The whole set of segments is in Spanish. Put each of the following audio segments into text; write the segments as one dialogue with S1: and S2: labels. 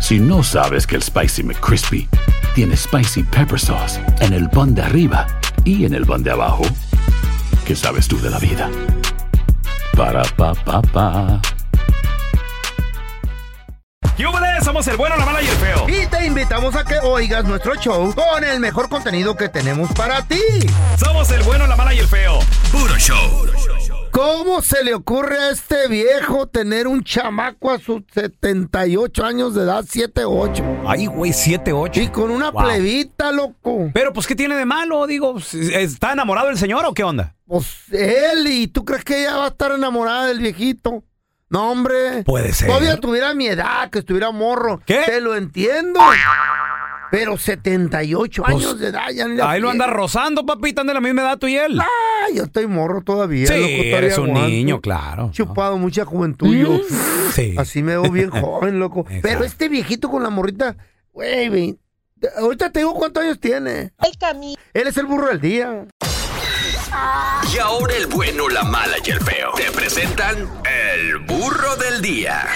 S1: Si no sabes que el Spicy McCrispy tiene Spicy Pepper Sauce en el pan de arriba y en el pan de abajo, ¿qué sabes tú de la vida? Para, pa, pa, pa.
S2: ¡Yúbales! Somos el bueno, la mala y el feo.
S3: Y te invitamos a que oigas nuestro show con el mejor contenido que tenemos para ti.
S2: Somos el bueno, la mala y el feo. Puro show.
S3: ¿Cómo se le ocurre a este viejo tener un chamaco a sus 78 años de edad, 7 8?
S2: Ay, güey, 7-8.
S3: Y con una
S2: Wow.
S3: plebita, loco.
S2: Pero, pues, ¿qué tiene de malo? Digo, pues, ¿está enamorado el señor o qué onda?
S3: Pues él, ¿y tú crees que ella va a estar enamorada del viejito? No, hombre.
S2: Puede ser.
S3: Todavía tuviera mi edad, que estuviera morro.
S2: ¿Qué?
S3: Te lo entiendo. Pero 78 años de edad, ya ni la
S2: Pues, Ahí lo anda
S3: piensas.
S2: rozando, papi, están de la misma edad tú y él.
S3: Ah, yo estoy morro todavía.
S2: Sí,
S3: loco, todavía
S2: eres un
S3: aguanto.
S2: niño, claro.
S3: Chupado mucha juventud yo.
S2: Mm. Sí.
S3: Así me veo bien joven, loco.
S2: Exacto.
S3: Pero este viejito con la morrita, güey, güey, ahorita te digo cuántos años tiene. El camino. Él es el burro del día.
S4: Y ahora el bueno, la mala y el feo. Te presentan el burro del día.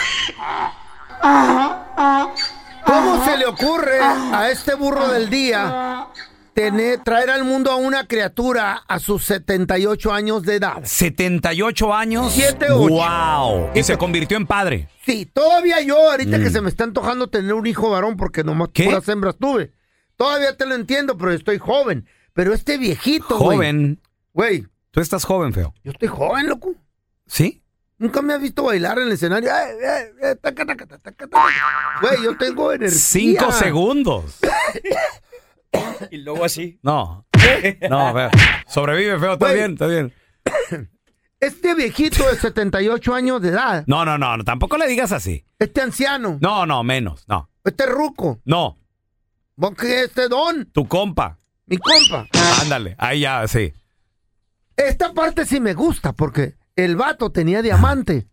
S3: ¿Cómo se le ocurre a este burro del día tener, traer al mundo a una criatura a sus 78 años de edad?
S2: 78 años.
S3: Siete, ocho.
S2: ¡Wow! Y se convirtió en padre.
S3: Sí, todavía yo, ahorita que se me está antojando tener un hijo varón porque nomás
S2: Mm. ¿Qué?
S3: puras hembras tuve. Todavía te lo entiendo, pero estoy joven. Pero este viejito, güey.
S2: Joven.
S3: Güey,
S2: Tú estás joven, feo.
S3: yo estoy joven, loco.
S2: ¿Sí?
S3: Nunca me has visto bailar en el escenario. Ay, ay, ay, taca, taca, taca, taca, taca. Güey, yo tengo energía.
S2: Cinco segundos.
S5: Y luego así.
S2: No. No, feo. Sobrevive, feo. Está
S3: Güey.
S2: bien, está bien.
S3: Este viejito de 78 años de edad,
S2: No, no, no. no, Tampoco le digas así.
S3: este anciano,
S2: No, no, menos. No.
S3: este ruco,
S2: No.
S3: vos que este don,
S2: Tu compa.
S3: mi compa.
S2: Ándale. Ahí ya, sí.
S3: Esta parte sí me gusta porque el vato tenía diamante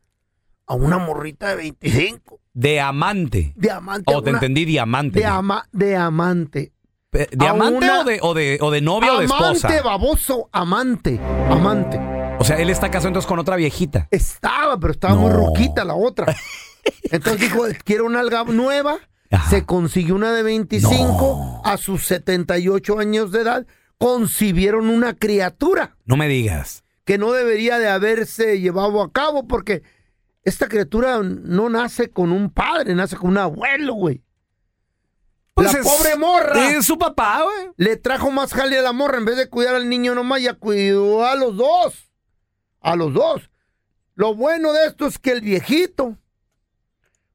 S3: a una morrita de 25.
S2: De amante.
S3: Diamante. a
S2: O Oh, te
S3: una-
S2: entendí diamante.
S3: Diama- diamante.
S2: Pe- ¿Diamante
S3: una-
S2: o, de, o, de, o de novia o de
S3: Amante,
S2: esposa?
S3: baboso, amante. Amante.
S2: O sea, él está casado entonces con otra viejita.
S3: Estaba, pero estaba muy
S2: No.
S3: roquita la otra. Entonces dijo, quiero una alga nueva.
S2: Ajá.
S3: Se consiguió una de 25 a sus 78 años de edad. Concibieron una criatura
S2: No me digas.
S3: que no debería de haberse llevado a cabo porque esta criatura no nace con un padre, nace con un abuelo, güey. la
S2: Pues es-
S3: Pues pobre morra
S2: Es su papá, güey.
S3: le trajo más jale a la morra en vez de cuidar al niño nomás, ya cuidó a los dos. A los dos. Lo bueno de esto es que el viejito,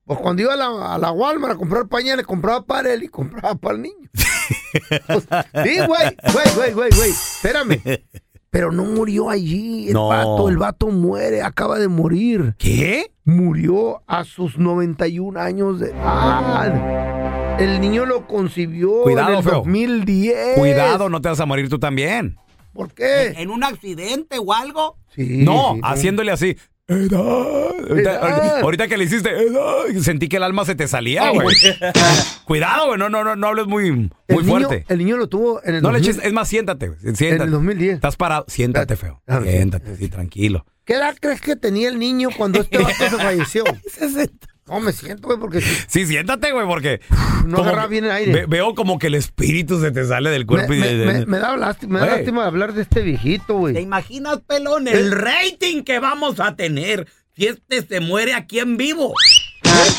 S3: pues cuando iba a la, a la Walmart a comprar pañales, compraba para él y compraba para el niño. Pues, sí, güey, güey, güey, güey, güey, espérame. Pero no murió allí, el
S2: No.
S3: vato, el vato muere, acaba de morir.
S2: ¿Qué?
S3: Murió a sus 91 años de edad. El niño lo concibió
S2: Cuidado,
S3: en el
S2: feo.
S3: 2010.
S2: Cuidado, no te vas a morir tú también.
S3: ¿Por qué?
S5: ¿En un accidente o algo?
S3: Sí,
S2: No,
S3: sí, sí.
S2: haciéndole así. Edad. Ahorita,
S3: Edad.
S2: ahorita que le hiciste, edad, sentí que el alma se te salía, güey. Cuidado, güey. No, no, no, no hables muy,
S3: El
S2: muy
S3: niño-
S2: fuerte.
S3: el niño lo tuvo en el,
S2: No le
S3: 2000
S2: eches, es más, siéntate, güey.
S3: en
S2: Siéntate.
S3: el 2010.
S2: Estás parado. Siéntate, feo.
S3: Ah, sí.
S2: Siéntate, sí, tranquilo.
S3: ¿Qué edad crees que tenía el niño cuando este vato se falleció? No me siento, güey, porque si
S2: Sí, siéntate, güey, porque.
S3: no
S2: como
S3: agarra
S2: que-
S3: bien el aire.
S2: ve- veo como que el espíritu se te sale del
S3: me,
S2: cuerpo y
S3: me,
S2: de-
S3: me- me da lástima, me da
S2: Güey.
S3: lástima hablar de este viejito,
S5: ¿Te
S3: güey.
S5: imaginas, pelón, el rating que vamos a tener si este se muere aquí en vivo?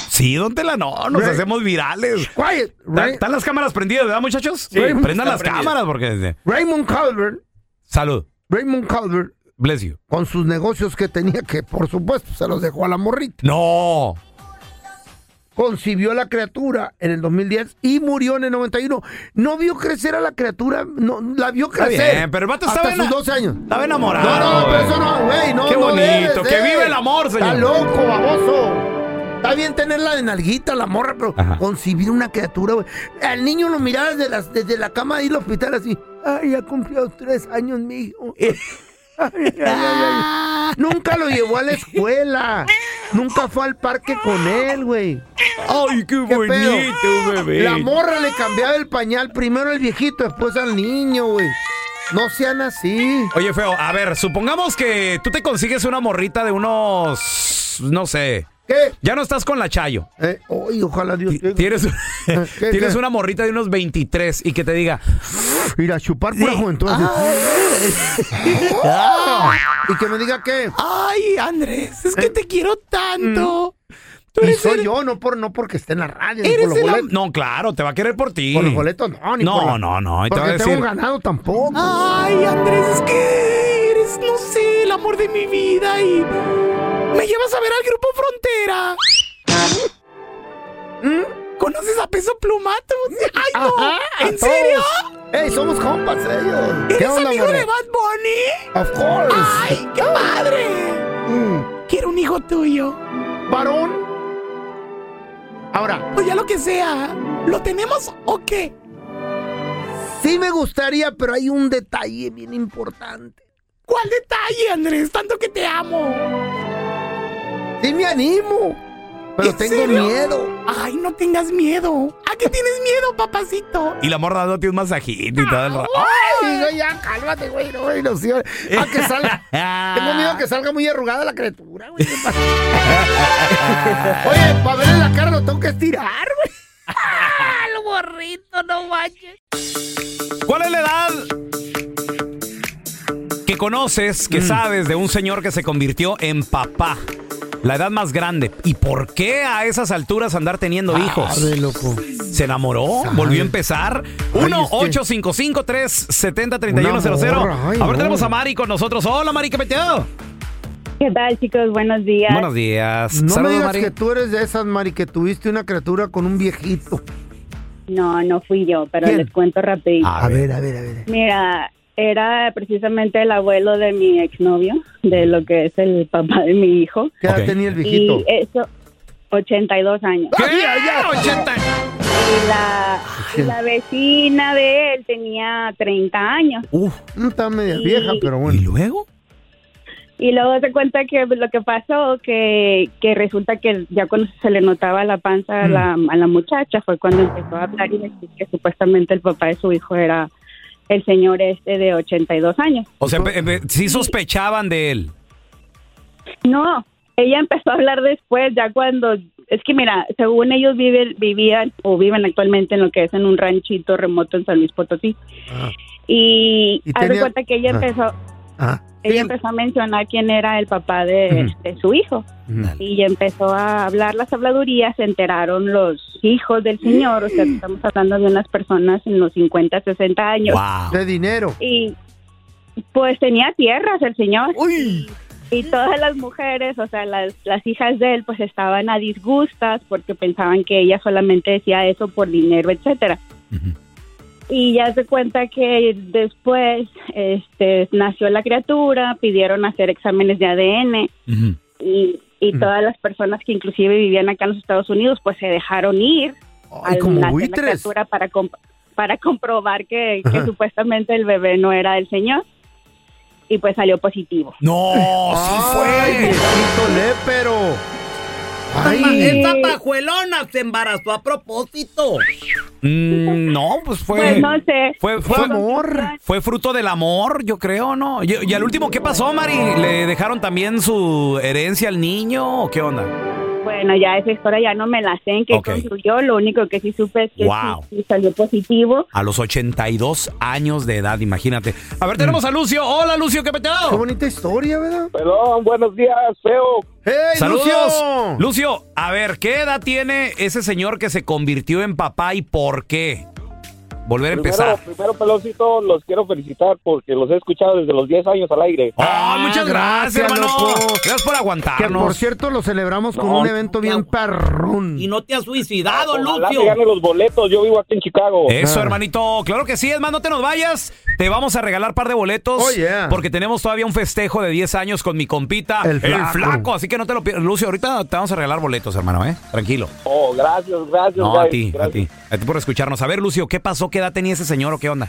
S2: Sí, don Tela, no, nos
S3: Ray-
S2: hacemos virales.
S3: Quiet,
S2: ¿Están
S3: Ray-
S2: están las cámaras prendidas, verdad, muchachos?
S3: Sí,
S2: Prendan
S3: está
S2: las
S3: prendida.
S2: cámaras porque...
S3: Raymond Calvert,
S2: Salud.
S3: Raymond Calvert,
S2: Bless you.
S3: con sus negocios que tenía, que por supuesto se los dejó a la morrita.
S2: No.
S3: Concibió a la criatura en el 2010 y murió en el 91. No vio crecer a la criatura, no la vio
S2: Está
S3: crecer.
S2: bien, pero el vato estaba
S3: hasta
S2: en
S3: sus
S2: la-
S3: 12 años.
S2: Estaba enamorado.
S3: No, no,
S2: güey.
S3: pero eso no, güey, no.
S2: Qué
S3: no
S2: bonito,
S3: debes,
S2: que
S3: eh.
S2: vive el amor, señor.
S3: Está loco, baboso. Está bien tenerla de nalguita, la morra, pero
S2: Ajá.
S3: concibir una criatura, güey. Al niño lo miraba desde, las- desde la cama ahí al hospital así. Ay, ya cumplió tres años, mi hijo. Nunca lo llevó a la escuela. Nunca fue al parque con él, güey.
S2: Ay, qué,
S3: ¿Qué
S2: bonito,
S3: pedo?
S2: bebé.
S3: La morra le cambiaba el pañal primero al viejito, después al niño, güey. No sean así.
S2: Oye, feo, a ver, supongamos que tú te consigues una morrita de unos... No sé.
S3: ¿Qué?
S2: Ya no estás con la Chayo.
S3: Eh, ay, ojalá Dios.
S2: Ti- Tienes,
S3: ¿Qué,
S2: tienes
S3: qué?
S2: una morrita de unos 23 y que te diga,
S3: Ir a chupar pura
S2: Sí. Ah.
S3: juventud. así. Y que me diga qué.
S2: ay, Andrés, es que te quiero tanto. Tú
S3: Mm. Y
S2: eres
S3: soy
S2: el-
S3: yo, no por no porque esté en la radio. ni
S2: eres
S3: por los
S2: el am-
S3: boletos.
S2: No, claro, te va a querer por ti.
S3: Por los boletos, no, ni
S2: No,
S3: por la-
S2: no, no, y te
S3: Porque
S2: va a decir-
S3: tengo ganado tampoco.
S2: Ay, Andrés, es que eres, no sé, el amor de mi vida y me llevas a ver al grupo Frontera. ¿Conoces a Peso Pluma? tú? Ay,
S3: ¿Mm? Ajá,
S2: no. Ah, ¿En
S3: todos.
S2: serio?
S3: ey, somos compas ellos.
S2: ¿Eres amigo
S3: morra?
S2: de Bad Bunny?
S3: Of course.
S2: ¡Ay, qué padre!
S3: Mm.
S2: Quiero un hijo tuyo.
S3: Varón. Ahora,
S2: O ya lo que sea. ¿Lo tenemos o qué?
S3: sí me gustaría, pero hay un detalle bien importante.
S2: ¿Cuál detalle, Andrés? Tanto que te amo.
S3: Sí me animo, pero
S2: ¿En
S3: tengo
S2: serio?
S3: miedo.
S2: Ay, no tengas miedo. ¿A qué tienes miedo, papacito? Ah, Y la morra dándote un masajito y todo el rato.
S3: Ay, no, ya, cálmate, güey, no, güey, no, sí, güey.
S2: Eh.
S3: Ah, que salga.
S2: Ah.
S3: Tengo miedo que salga muy arrugada la criatura, güey. ¿qué pasa? Oye, para verle la cara lo tengo que estirar, güey. El gorrito, no manches.
S2: ¿Cuál es la edad que conoces,
S3: Mm.
S2: que sabes de un señor que se convirtió en papá? La edad más grande. ¿Y por qué a esas alturas andar
S3: Ah,
S2: teniendo hijos?
S3: Sabe, loco.
S2: ¿Se enamoró? ¿Volvió a empezar?
S3: Ay, es
S2: 1-855-370-3100.
S3: Una morra, ay,
S2: Ahora
S3: no.
S2: tenemos a Mari con nosotros. Hola, Mari, ¿qué peteo?
S6: ¿Qué tal, chicos? Buenos días.
S2: Buenos días.
S3: No me
S2: Saludos,
S3: digas
S2: Mari.
S3: que tú eres de esas, Mari, que tuviste una criatura con un viejito.
S6: No, no fui yo, pero
S3: ¿Quién?
S6: les cuento rapidito.
S3: Ah.
S2: A ver.
S3: a ver, a ver.
S6: Mira, era precisamente el abuelo de mi exnovio, de lo que es el papá de mi hijo.
S3: ¿Qué edad
S2: Ok.
S3: tenía el viejito? Ah,
S6: Y eh, eso, 82 años.
S2: ¿Qué? Ah, 80.
S6: Y la, y la vecina de él tenía 30 años.
S2: Uf,
S3: Mm, Está media
S6: y-
S3: vieja, pero
S2: ¿y
S3: bueno.
S2: luego?
S6: Y luego se cuenta que pues, lo que pasó, que, que resulta que ya cuando se le notaba la panza a la,
S3: Mm.
S6: a la muchacha, fue cuando empezó a hablar y decir que supuestamente el papá de su hijo era el señor este de 82 años.
S2: O sea, empe- empe- sí sospechaban de él.
S6: No, ella empezó a hablar después, ya cuando, es que mira, según ellos viven, vivían o viven actualmente en lo que es en un ranchito remoto en San Luis Potosí. Y,
S3: Ah. Y
S6: haz de
S3: tenía-
S6: cuenta que ella
S3: Ah.
S6: empezó,
S3: Ah,
S6: ella
S3: sí.
S6: empezó a mencionar quién era el papá de, de su hijo. Y ya empezó a hablar las habladurías, se enteraron los hijos del señor, o sea, estamos hablando de unas personas en los 50, 60 años.
S2: Wow.
S3: de dinero.
S6: Y pues tenía tierras el señor.
S3: Uy,
S6: Y todas las mujeres, o sea, las, las hijas de él, pues estaban a disgustas porque pensaban que ella solamente decía eso por dinero, etcétera. Y ya se cuenta que después este, nació la criatura, pidieron hacer exámenes de ADN
S2: Ujú.
S6: y, y
S3: Mm.
S6: todas las personas que inclusive vivían acá en los Estados Unidos, pues se dejaron ir
S3: ay,
S6: al
S3: como
S6: nacer la
S3: buitres.
S6: criatura para, comp- para comprobar que, que
S3: Ajá.
S6: supuestamente el bebé no era del señor y pues salió positivo.
S2: No, sí
S3: Ah. Ay,
S2: fue.
S3: viejito lépero.
S6: Sí.
S3: Ay,
S6: Esta
S7: pajuelona se embarazó a propósito.
S2: Mm, no, pues fue.
S6: Pues no sé.
S2: Fue, fue,
S3: Fue amor.
S2: fue fruto del amor, yo creo, ¿no? Y, y al último, ¿qué pasó, Mari? ¿Le dejaron también su herencia al niño o qué onda?
S8: Bueno, ya esa historia ya no me la sé en qué
S2: Ok.
S8: concluyó. Lo único que sí supe es que
S2: Wow.
S8: sí- sí salió positivo.
S2: A los 82 años de edad, imagínate. A ver, tenemos a Lucio. Hola, Lucio, ¿qué petado? Qué
S3: bonita historia, ¿verdad?
S9: Perdón, buenos días, feo.
S3: ¡Hey,
S2: Saludos. Lucio, a ver, ¿qué edad tiene ese señor que se convirtió en papá y por qué? Volver a empezar.
S9: Primero, peloncito, los quiero felicitar porque los he escuchado desde los 10 años al aire.
S2: ¡Ah, muchas gracias, hermano!
S3: loco.
S2: Gracias por
S3: Que por
S2: aguantarnos.
S3: cierto lo celebramos con
S2: No,
S3: un evento bien perrón.
S2: Y no te has suicidado,
S9: Ah, Ojalá me gane los boletos, yo vivo aquí en Chicago.
S2: Eso, hermanito. Claro que sí. Es más, no te nos vayas. Te vamos a regalar par de boletos.
S9: Oh, yeah.
S2: Porque tenemos todavía un festejo de 10 años con mi compita,
S9: El flaco.
S2: Así que no te lo pierdas. Lucio, ahorita te vamos a regalar boletos, hermano, ¿eh? Tranquilo.
S9: Oh, gracias, gracias.
S2: No,
S9: guys,
S2: a ti,
S9: gracias.
S2: a ti. A ti por escucharnos. A ver, Lucio, ¿qué pasó? ¿Qué edad tenía ese señor o qué onda?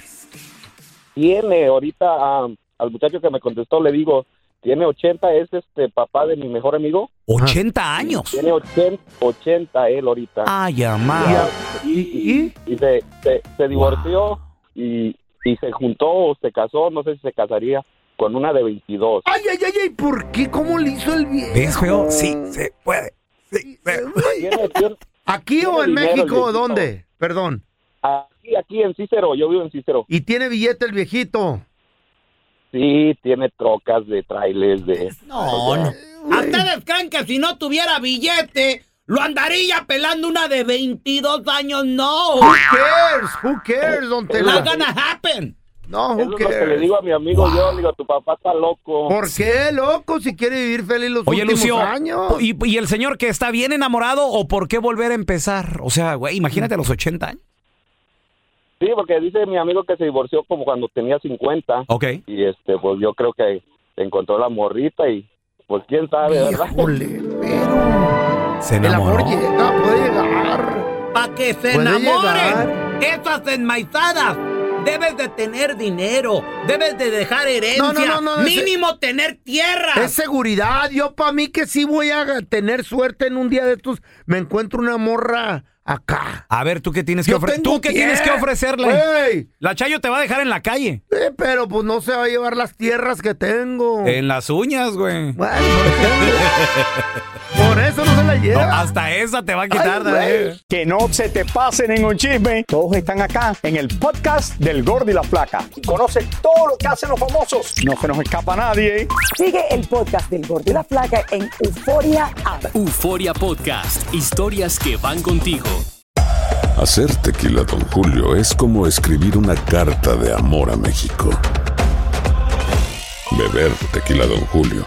S9: Tiene, ahorita ah, al muchacho que me contestó le digo, tiene 80, es este papá de mi mejor amigo.
S2: ¿80 años?
S9: Tiene 80, 80 él ahorita.
S2: Ay, amado.
S9: Y, y se, se, se divorció y, y se juntó o se casó, no sé si se casaría, con una de 22.
S3: Ay, ay, ay, ay, ¿por qué? ¿Cómo le hizo el viejo?
S9: ¿Ves, feo?
S2: Sí, se puede.
S3: ¿Aquí o
S9: tiene dinero
S3: en
S9: el
S3: México o
S9: viejito.
S3: dónde? Perdón.
S9: Aquí, aquí en Cícero, yo vivo en Cícero.
S3: ¿Y tiene billete el viejito?
S9: Sí, tiene trocas de trailers de...
S10: No,
S9: o sea,
S10: ¿A ustedes creen que si no tuviera billete, lo andaría pelando una de 22 años? No.
S3: Who cares? Who cares, don Tela?
S10: Not gonna happen.
S3: No,
S9: Eso es
S3: who
S9: lo que
S3: cares?
S9: le digo a mi amigo yo, le digo, tu papá está loco.
S3: ¿Por qué, loco? Si quiere vivir feliz los
S2: Oye,
S3: últimos
S2: Lucio,
S3: años.
S2: ¿y, y el señor que está bien enamorado o por qué volver a empezar? O sea, güey, imagínate a los 80 años.
S9: Sí, porque dice mi amigo que se divorció como cuando tenía 50.
S2: Ok.
S9: Y este, pues yo creo que encontró la morrita y pues quién sabe, ¿verdad?
S2: Se
S9: enamoró.
S3: puede llegar.
S10: Para que se
S9: Puede
S10: enamoren esas enmaizadas. Debes de tener dinero, debes de dejar herencia,
S3: No, no, no, no, ese-
S10: mínimo tener tierra.
S3: Es seguridad. Yo para mí que sí voy a tener suerte en un día de estos. Me encuentro una morra acá.
S2: A ver, ¿tú qué tienes que
S3: Yo
S2: ofrecer?
S3: tengo
S2: ¿Tú qué
S3: pie,
S2: tienes que ofrecerle?
S3: güey.
S2: La Chayo te va a dejar en la calle.
S3: Eh, pero pues no se va a llevar las tierras que tengo.
S2: En las uñas, güey.
S3: Por eso no se la lleva.
S2: hasta esa te va a quitar,
S11: Ay,
S2: Daniel.
S11: güey. Que no se te pase ningún chisme. Todos están acá en el podcast del Gordi y la Flaca. Y conoce todo lo que hacen los famosos. No se nos escapa nadie. ¿eh?
S12: Sigue el podcast del Gordo y la Flaca en Euforia App.
S13: Euforia Podcast, historias que van contigo.
S14: Hacer tequila, Don Julio, es como escribir una carta de amor a México. Beber tequila, Don Julio,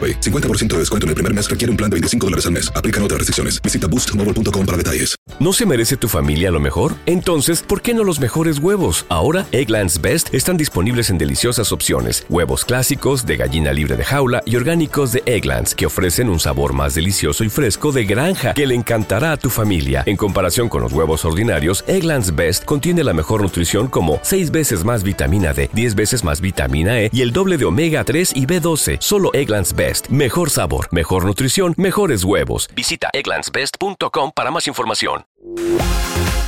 S15: 50% de descuento en el primer mes requiere un plan de 25 dólares al mes. Aplican otras restricciones. Visita boostmobile.com para detalles.
S16: ¿No se merece tu familia lo mejor? Entonces, ¿por qué no los mejores huevos? Ahora, Egglands Best están disponibles en deliciosas opciones. Huevos clásicos, de gallina libre de jaula y orgánicos de Egglands, que ofrecen un sabor más delicioso y fresco de granja que le encantará a tu familia. En comparación con los huevos ordinarios, Egglands Best contiene la mejor nutrición como 6 veces más vitamina D, 10 veces más vitamina E y el doble de omega 3 y B12. Solo Egglands Best. Mejor sabor, mejor nutrición, mejores huevos. Visita egglandsbest.com para más información.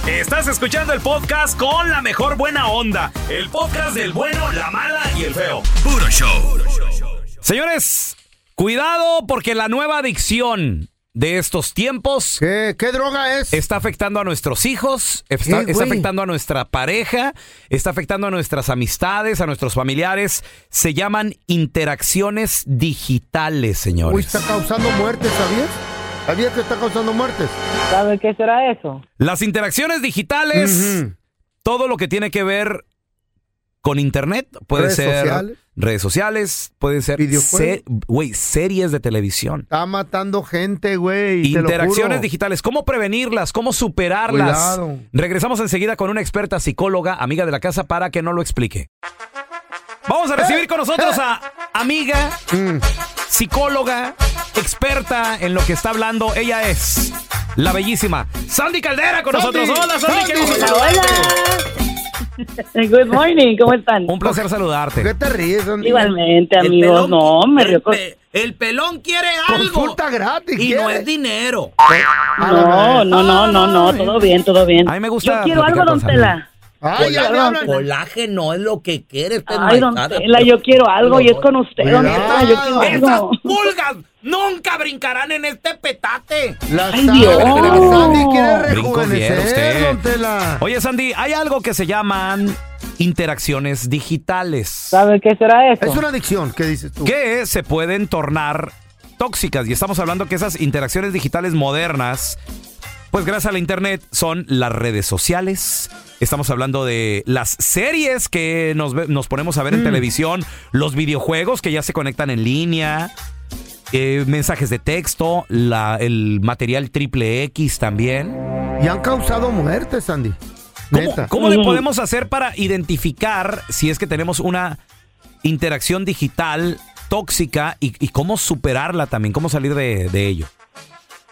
S2: Estás escuchando el podcast con la mejor buena onda. El podcast del bueno, la mala y el feo.
S4: Puro show.
S2: Señores, cuidado porque la nueva adicción de estos tiempos.
S3: ¿Qué, droga es?
S2: Está afectando a nuestros hijos, está,
S3: ¿Qué,
S2: está
S3: Eh, güey?
S2: afectando a nuestra pareja, está afectando a nuestras amistades, a nuestros familiares. Se llaman interacciones digitales,
S3: Uy,
S2: señores.
S3: está causando muertes, ¿sabías? ¿Sabías que está causando muertes?
S6: ¿Sabe qué será eso?
S2: Las interacciones digitales, todo lo que tiene que ver Con internet puede
S3: Redes
S2: ser
S3: sociales.
S2: redes sociales, puede ser
S3: Videojuegos.
S2: se- güey, series de televisión.
S3: Está matando gente, güey. te lo juro.
S2: Interacciones digitales, ¿cómo prevenirlas? ¿Cómo superarlas?
S3: Cuidado.
S2: Regresamos enseguida con una experta psicóloga, amiga de la casa, para que no lo explique. Vamos
S3: Eh.
S2: a recibir con nosotros a amiga,
S3: Mm.
S2: psicóloga, experta en lo que está hablando. Ella es la bellísima Sandy Caldera con
S10: Sandy,
S2: nosotros. Hola, Sandy, qué gusto
S10: Sandy.
S2: saludarte.
S6: Good morning, ¿cómo están?
S2: Un placer saludarte.
S3: ¿Qué te ríes? Sandy?
S6: Igualmente,
S3: El
S6: amigos,
S3: pelón-
S6: no, me río con...
S10: El pelón quiere algo.
S3: Consulta gratis.
S10: Y no es dinero.
S6: No, Ah, no, no, no, no, todo bien, todo bien. A mí me
S10: gusta
S6: Yo quiero algo,
S10: platicar
S6: don
S10: con Sandy.
S6: Tela. Yo quiero algo, don Tela.
S10: Colágeno es lo que quieres.
S6: Ay, don Tela, yo quiero algo y es con usted, don Tela, yo quiero
S10: Esas
S6: algo.
S10: pulgas nunca brincarán en este petate.
S6: Ay, Dios.
S2: Brincos
S10: rejuvenecer,
S2: dieron
S10: don
S2: usted.
S10: Tela.
S2: Oye, Sandy, hay algo que se llaman interacciones digitales.
S6: ¿Sabe qué será eso?
S3: Es una adicción, ¿qué dices tú?
S2: que se pueden tornar tóxicas. Y estamos hablando que esas interacciones digitales modernas, pues gracias a la internet, son las redes sociales. Estamos hablando de las series que nos, ve- nos ponemos a ver en televisión, los videojuegos que ya se conectan en línea. eh, mensajes de texto, la- el material triple X también.
S3: Y han causado muertes, Sandy.
S2: ¿Cómo,
S3: Neta.
S2: cómo le podemos hacer para identificar si es que tenemos una interacción digital tóxica y, y cómo superarla también, cómo salir de, de ello?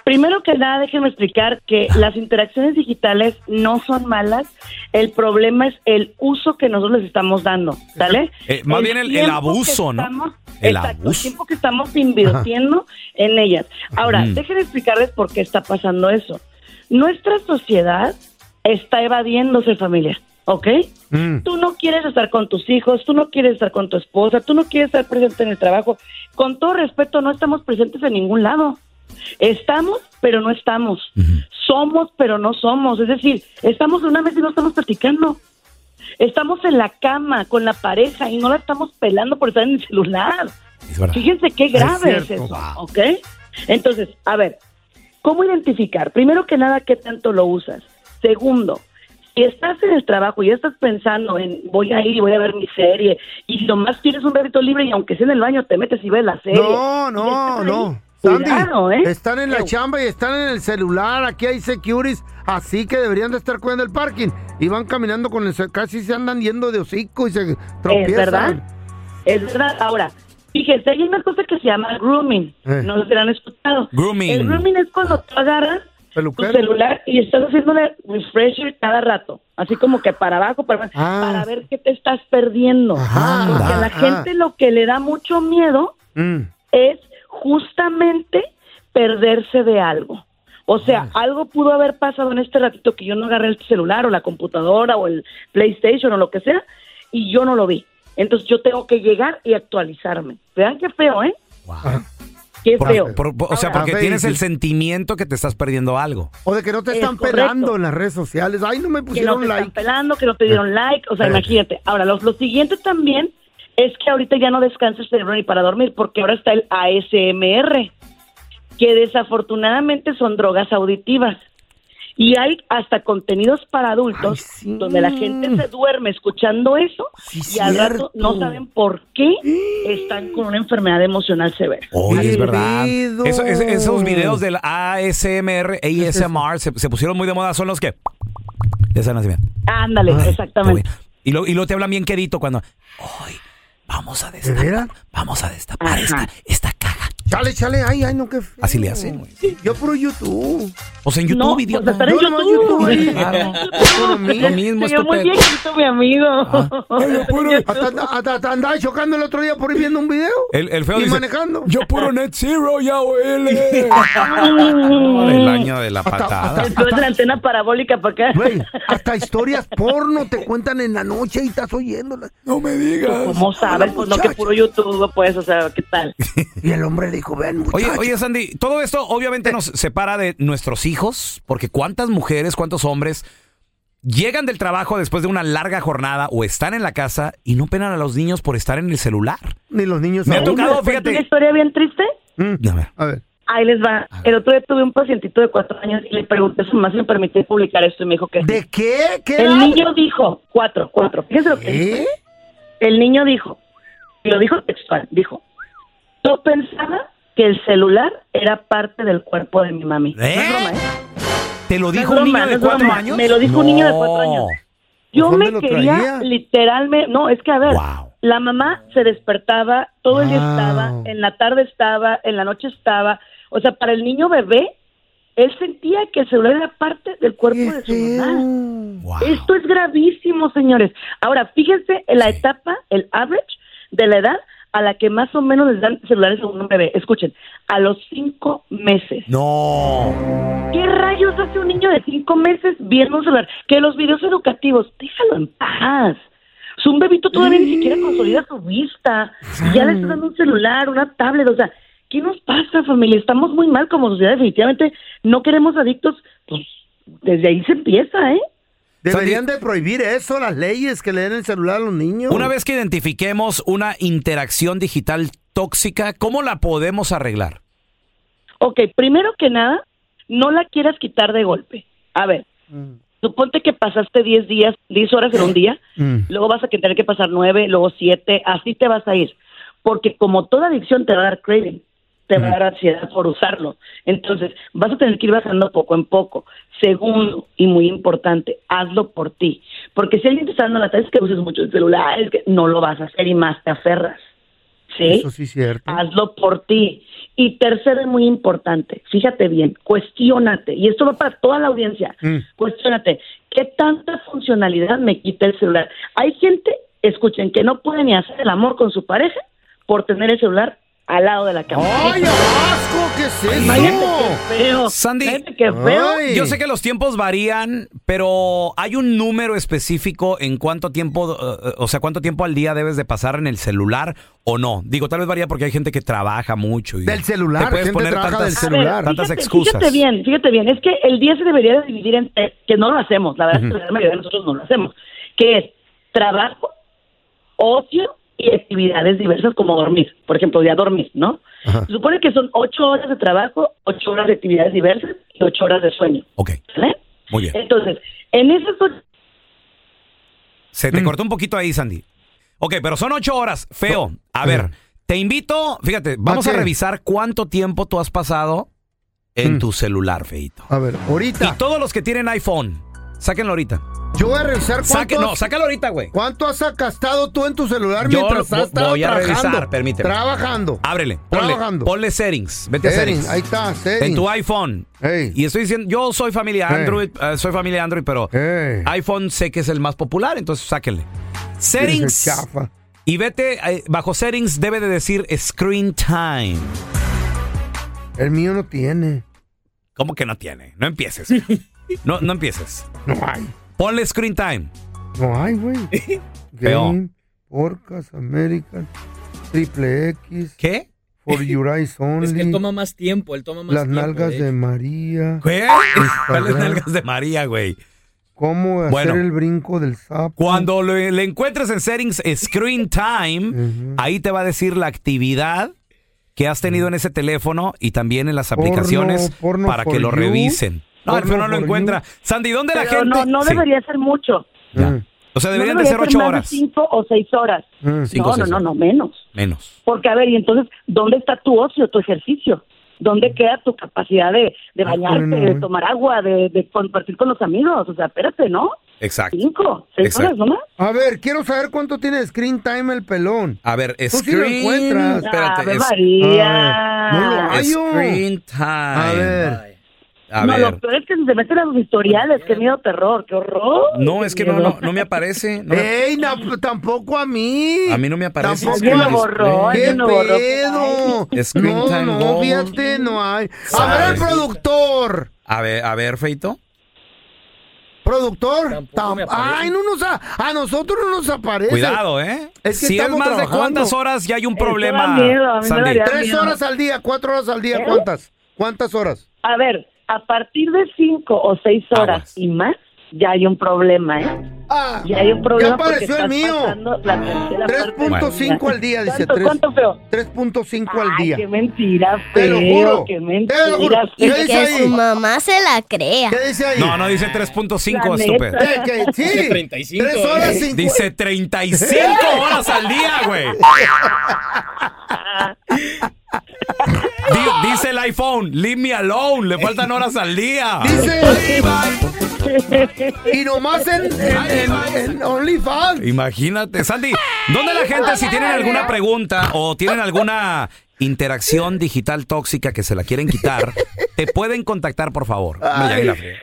S6: Primero que nada, déjenme explicar que las interacciones digitales no son malas. El problema es el uso que nosotros les estamos dando, ¿sale?
S2: Eh, más bien el- el
S6: tiempo que
S2: abuso, ¿no?
S6: estamos-
S2: El
S6: exacto,
S2: abuso.
S6: El tiempo que estamos invirtiendo en ellas. Ahora,
S2: Mm.
S6: déjenme explicarles por qué está pasando eso. Nuestra sociedad está evadiéndose, familia, ¿ok?
S3: Mm.
S6: Tú no quieres estar con tus hijos, tú no quieres estar con tu esposa, tú no quieres estar presente en el trabajo. Con todo respeto, no estamos presentes en ningún lado. Estamos, pero no estamos. Somos, pero no somos. Es decir, estamos en una mesa y no estamos platicando. Estamos en la cama con la pareja y no la estamos pelando por estar en el celular. Fíjense qué grave es,
S17: cierto.
S6: eso, ¿ok? Entonces, a ver, ¿cómo identificar? Primero que nada, ¿qué tanto lo usas? Segundo, si estás en el trabajo y ya estás pensando en voy a ir y voy a ver mi serie y nomás tienes un ratito libre y aunque sea en el baño te metes y ves la serie.
S3: No, no, no. Sandy,
S6: Cuidado, ¿eh?
S3: están en la chamba y están en el celular. Aquí hay securities, así que deberían de estar cuidando el parking. Y van caminando con el... ce- Casi se andan yendo de hocico y se tropiezan.
S6: Es verdad. Es verdad. Ahora, fíjense, hay una cosa que se llama grooming.
S3: Eh.
S6: No lo han escuchado.
S3: Grooming.
S6: El grooming es cuando tú agarras tu celular y estás haciéndole refresher cada rato. Así como que para abajo, para, abajo, para ver qué te estás perdiendo. Porque a la
S17: Ajá.
S6: gente lo que le da mucho miedo
S3: Mm.
S6: es justamente perderse de algo. O sea, algo pudo haber pasado en este ratito que yo no agarré el celular o la computadora o el PlayStation o lo que sea y yo no lo vi. Entonces yo tengo que llegar y actualizarme. Vean qué feo, ¿eh? Qué
S2: Por-
S6: feo.
S2: por- por- o sea, porque
S3: Ahora-
S2: tienes el
S3: Sí, sí.
S2: sentimiento que te estás perdiendo algo.
S3: O de que no te están
S6: correcto.
S3: pelando en las redes sociales. Ay, Pues no me
S6: que no
S3: pusieron
S6: te están
S3: like.
S6: pelando, que no te dieron like, o sea,
S3: Eh.
S6: imagínate. Ahora, los- lo, siguiente también es que ahorita ya no descanses el cerebro ni para dormir, porque ahora está el ASMR, que desafortunadamente son drogas auditivas. Y hay hasta contenidos para adultos donde la gente se duerme escuchando eso y al rato
S17: cierto.
S6: no saben por qué están con una enfermedad emocional severa.
S2: Oye, es verdad.
S6: Olvido.
S2: Eso- es- esos videos del ASMR, ASMR, se, se pusieron muy de moda. Son los que le hacen así, mira.
S6: Ándale, exactamente.
S2: Y luego y luego te hablan bien quedito cuando... Vamos a destapar, vamos a destapar esta, esta caga.
S3: Chale, chale, ay, ay, no, qué feo.
S2: Así le hacen, güey.
S3: Yo por YouTube.
S2: O sea, en YouTube,
S3: No, pues,
S2: idiota.
S3: estar en Yo nomás YouTube. YouTube, ahí.
S2: Claro.
S3: Ah, Lo mismo,
S6: Se ve muy
S3: estúpido.
S6: viejito, mi amigo.
S3: Ay, yo Ah, puro- hasta, hasta- hasta andaba chocando el otro día por ir viendo un video.
S2: El, el feo
S3: y
S2: dice,
S3: manejando.
S2: Yo puro net zero, ya huele.
S3: el
S2: el año de la patada.
S6: Entonces la antena parabólica para acá.
S3: Hasta historias porno te cuentan en la noche y estás oyéndolas. No me
S6: Pues, ¿Cómo sabes? Pues no, que puro YouTube, pues, o sea, ¿qué tal?
S3: Y el hombre dijo, ven,
S2: Oye, oye, Sandy, todo esto obviamente nos separa de nuestros hijos, porque cuántas mujeres, cuántos hombres llegan del trabajo después de una larga jornada o están en la casa y no penan a los niños por estar en el celular.
S3: Ni los niños
S2: Me ha
S3: saben.
S2: tocado,
S6: ¿Cuento una
S2: fíjate.
S6: historia bien triste?
S2: A ver.
S6: Ahí les va. El otro día tuve un pacientito de cuatro años y le pregunté a su mamá si me permitía publicar esto y me dijo que...
S3: ¿De qué? ¿Qué
S6: el
S3: edad? ¿Eh?
S6: niño dijo, cuatro, cuatro. Fíjense lo que dijo. el niño dijo, y lo dijo textual, dijo, yo pensaba que el celular era parte del cuerpo de mi mami. No es broma, ¿eh?
S2: ¿Te lo
S6: No es
S2: dijo un
S6: broma,
S2: niño
S6: no
S2: de
S6: es
S2: cuatro
S6: broma.
S2: años?
S6: Me lo dijo un niño de cuatro años. Yo
S2: Mejor
S6: me
S2: me lo
S6: quería
S2: traía.
S6: literalmente, no, es que a ver, la mamá se despertaba, todo el día
S17: Wow.
S6: estaba, en la tarde estaba, en la noche estaba, o sea, para el niño bebé, él sentía que el celular era parte del cuerpo de su mamá. Esto es gravísimo, señores. Ahora, fíjense en la etapa, el average de la edad a la que más o menos les dan celulares a un bebé. Escuchen, a los cinco meses.
S2: No.
S6: ¿Qué rayos hace un niño de cinco meses viendo un celular? Que los videos educativos, déjalo en paz. Es un bebito todavía ni siquiera consolida su vista. Y ya le están dando un celular, una tablet, o sea, ¿qué nos pasa, familia? Estamos muy mal como sociedad, definitivamente. No queremos adictos, pues desde ahí se empieza, ¿eh?
S3: Deberían de prohibir eso, las leyes que le den el celular a los niños.
S2: Una vez que identifiquemos una interacción digital tóxica, ¿cómo la podemos arreglar?
S6: Ok, primero que nada, no la quieras quitar de golpe. A ver, suponte que pasaste 10 días, 10 horas en un día, luego vas a que- tener que pasar 9, luego 7, así te vas a ir. Porque como toda adicción te va a dar craving, te va a dar ansiedad por usarlo. Entonces, vas a tener que ir bajando poco en poco. Segundo, y muy importante, hazlo por ti. Porque si alguien te está dando la tarea, es que uses mucho el celular, es que no lo vas a hacer y más te aferras. ¿Sí? Ah,
S3: Eso sí es cierto.
S6: Hazlo por ti. Y tercero, y muy importante, fíjate bien, cuestiónate. Y esto va para toda la audiencia. Cuestiónate, ¿qué tanta funcionalidad me quita el celular? Hay gente, escuchen, que no puede ni hacer el amor con su pareja por tener el celular al lado de la cama. ¡Ay,
S3: asco! ¿Qué es eso?
S6: qué feo.
S2: Sandy,
S6: Imagínate qué feo.
S2: yo sé que los tiempos varían, pero ¿hay un número específico en cuánto tiempo, eh, o sea, cuánto tiempo al día debes de pasar en el celular o no? Digo, tal vez varía porque hay gente que trabaja mucho. Y
S3: Del celular,
S2: te puedes
S3: gente
S2: poner
S3: trabaja
S2: tantas,
S3: del celular.
S2: tantas
S6: Fíjate-
S2: excusas.
S6: Fíjate bien, fíjate bien. Es que el día se debería de dividir en tres, que no lo hacemos. La verdad es que la gran mayoría de nosotros no lo hacemos. Que es trabajo, ocio y actividades diversas como dormir. Por ejemplo, ya dormir, ¿no? Se supone que son ocho horas de trabajo, ocho horas de actividades diversas y ocho horas de sueño.
S2: Ok.
S6: ¿Sale?
S2: Muy bien.
S6: Entonces, en esas ocho...
S2: Se
S3: mm.
S2: te cortó un poquito ahí, Sandy. Ok, pero son ocho horas. Feo. A ver, te invito, fíjate, vamos a
S3: eh. qué? Mm.
S2: revisar cuánto tiempo tú has pasado en tu celular, Feito.
S3: A ver, ahorita.
S2: Y todos los que tienen iPhone, sáquenlo ahorita.
S3: Yo voy a revisar cuánto.
S2: Saque- no, sácalo ahorita, güey.
S3: ¿Cuánto has gastado tú en tu celular
S2: Yo
S3: mientras
S2: lo-
S3: has estado
S2: voy a
S3: trabajando?
S2: revisar, permíteme.
S3: Trabajando.
S2: Ábrele, ponle,
S3: Trabajando.
S2: ponle settings, vete a
S3: Settings,
S2: settings.
S3: ahí está, settings.
S2: En tu iPhone. Y estoy diciendo, yo soy familia
S3: Ey.
S2: Android, eh, soy familia Android, pero iPhone sé que es el más popular, entonces sáquenle.
S3: Eres
S2: Settings.
S3: el chafa.
S2: Y vete, eh, bajo settings debe de decir screen time.
S3: El mío no tiene.
S2: ¿Cómo que no tiene? No empieces. No, no empieces.
S3: No hay.
S2: Ponle screen time.
S3: No hay, güey.
S2: Feo.
S3: Game, Orcas, American, Triple X.
S2: ¿Qué?
S3: For Your Eyes Only.
S18: Es que él toma más tiempo, él toma más
S3: Las
S18: tiempo.
S3: nalgas de María.
S2: ¿Qué?
S3: Instagram.
S2: Las nalgas de María, güey.
S3: ¿Cómo hacer
S2: Bueno.
S3: el brinco del sapo?
S2: Cuando le, le encuentres en settings Screen Time, ahí te va a decir la actividad que has tenido en ese teléfono y también en las
S3: Porno,
S2: aplicaciones
S3: porno
S2: para
S3: for
S2: que lo
S3: you.
S2: revisen. No, el
S3: Porno
S2: feo no lo
S3: for
S2: encuentra. Sandy, ¿dónde la
S6: Pero
S2: gente?
S6: No, no
S2: Sí.
S6: debería ser mucho.
S3: Mm.
S2: O sea, deberían
S6: no
S2: de ser ocho
S6: debería más de
S2: horas.
S6: cinco o seis horas.
S2: Mm. Cinco o
S6: no, no,
S2: seis
S6: no,
S2: horas.
S6: no, menos.
S2: Menos.
S6: Porque, a ver, y entonces, ¿dónde está tu ocio, tu ejercicio?
S2: Mm.
S6: ¿Dónde queda tu capacidad de, de bañarte,
S2: bueno,
S6: de
S2: bueno.
S6: tomar agua, de, de compartir con los amigos? O sea, espérate, ¿no?
S2: Exacto.
S6: Cinco, seis
S2: Exacto. Ah,
S6: horas nomás.
S3: A ver, quiero saber cuánto tiene screen time el pelón.
S2: A ver,
S3: Tú sí lo
S2: Screen...
S3: encuentras.
S6: Ah,
S2: Espérate.
S3: Ave
S2: es-
S6: María.
S3: Ay, no lo hallo.
S2: Screen Time. A
S3: ver.
S2: A
S6: no,
S2: ver.
S6: lo peor es que se meten a los historiales, qué miedo, terror, qué horror.
S2: No, es que no, no, no me aparece. no me-
S3: ¡Ey, no, pues tampoco a mí!
S2: A mí no me aparece.
S3: Tampoco
S2: Screen
S3: a
S2: Display.
S3: borró, ¡Qué
S2: No,
S3: pedo!
S2: Screen
S3: no,
S2: time
S3: no,
S2: goal.
S3: fíjate, no hay. A
S2: Sabe.
S3: ver, productor.
S2: A ver, a ver, Feito.
S3: ¿Productor? Tam- Ay, no nos a, a nosotros no nos aparece.
S2: Cuidado, ¿eh?
S3: Es que
S2: si es
S3: estamos
S2: más de
S3: trabajando.
S2: cuántas horas ya hay un problema. Sandy.
S3: Tres horas al día, cuatro horas al día, ¿cuántas? ¿Cuántas horas?
S6: A ver, a partir de cinco o seis horas y más, ya hay un problema, ¿eh?
S3: Ah,
S6: Y hay un
S3: ya
S6: problema porque
S3: apareció el
S6: estás
S3: mío.
S6: pasando la tercera parte.
S3: 3.5 al día, dice.
S6: ¿Cuánto,
S3: tres-
S6: cuánto feo?
S3: 3.5 al día.
S6: Qué mentira,
S3: Te lo juro.
S6: feo. Qué mentira.
S3: Te lo juro. ¿Qué
S6: feo.
S3: dice ahí?
S17: mamá se la crea.
S3: ¿Qué dice ahí?
S2: No, no, dice 3.5, estúpido.
S3: Eh, que sí.
S2: Dice
S3: 35. Tres horas cincu-
S2: Dice 35 horas al día, güey. Di- dice el iPhone, leave me alone, le faltan horas al día.
S3: Dice. y nomás en, en, en- en OnlyFans.
S2: Imagínate, Sandy, ¿dónde la gente si tienen alguna pregunta o tienen alguna interacción digital tóxica que se la quieren quitar, te pueden contactar, por favor? Ay, la fría.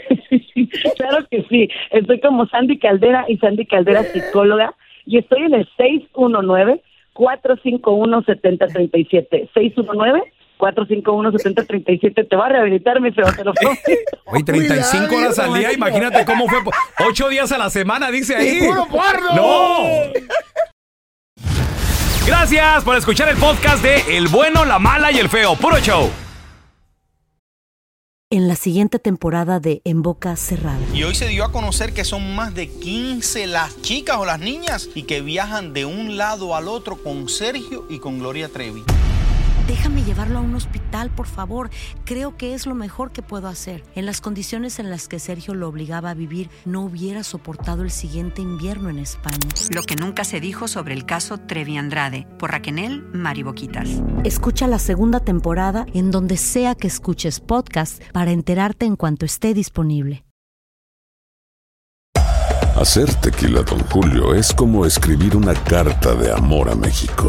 S6: Claro que sí. Estoy como Sandy Caldera y Sandy Caldera psicóloga y estoy en el 619 451 7037. 619 451 7037 te va a rehabilitar mi feo, te lo prometo.
S2: Oye, 35
S6: Cuidado,
S2: horas al día,
S6: hijo.
S2: imagínate cómo fue. po- Ocho días a la semana, dice ahí.
S6: Y puro porno.
S2: ¡No! Gracias por escuchar el podcast de El Bueno, la Mala y el Feo. Puro show.
S19: En la siguiente temporada de En Boca Cerrada.
S20: Y hoy se dio a conocer que son más de 15 las chicas o las niñas y que viajan de un lado al otro con Sergio y con Gloria Trevi.
S19: Déjame llevarlo a un hospital, por favor. Creo que es lo mejor que puedo hacer. En las condiciones en las que Sergio lo obligaba a vivir, no hubiera soportado el siguiente invierno en España.
S21: Lo que nunca se dijo sobre el caso Trevi Andrade por Raquenel Mariboquitas.
S19: Escucha la segunda temporada en donde sea que escuches podcast para enterarte en cuanto esté disponible.
S14: Hacer tequila, Don Julio, es como escribir una carta de amor a México.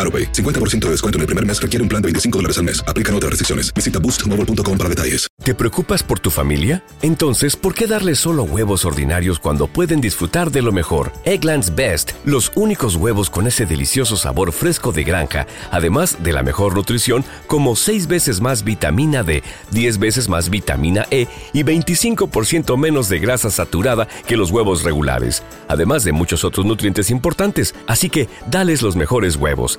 S15: AroPay. 50% de descuento en el primer mes requiere un plan de 25 dólares al mes. Aplican otras restricciones. Visita boostmobile.com para detalles.
S16: ¿Te preocupas por tu familia? Entonces, ¿por qué darles solo huevos ordinarios cuando pueden disfrutar de lo mejor? Eggland's Best, los únicos huevos con ese delicioso sabor fresco de granja, además de la mejor nutrición, como 6 veces más vitamina D, 10 veces más vitamina E y 25% menos de grasa saturada que los huevos regulares, además de muchos otros nutrientes importantes. Así que, dales los mejores huevos.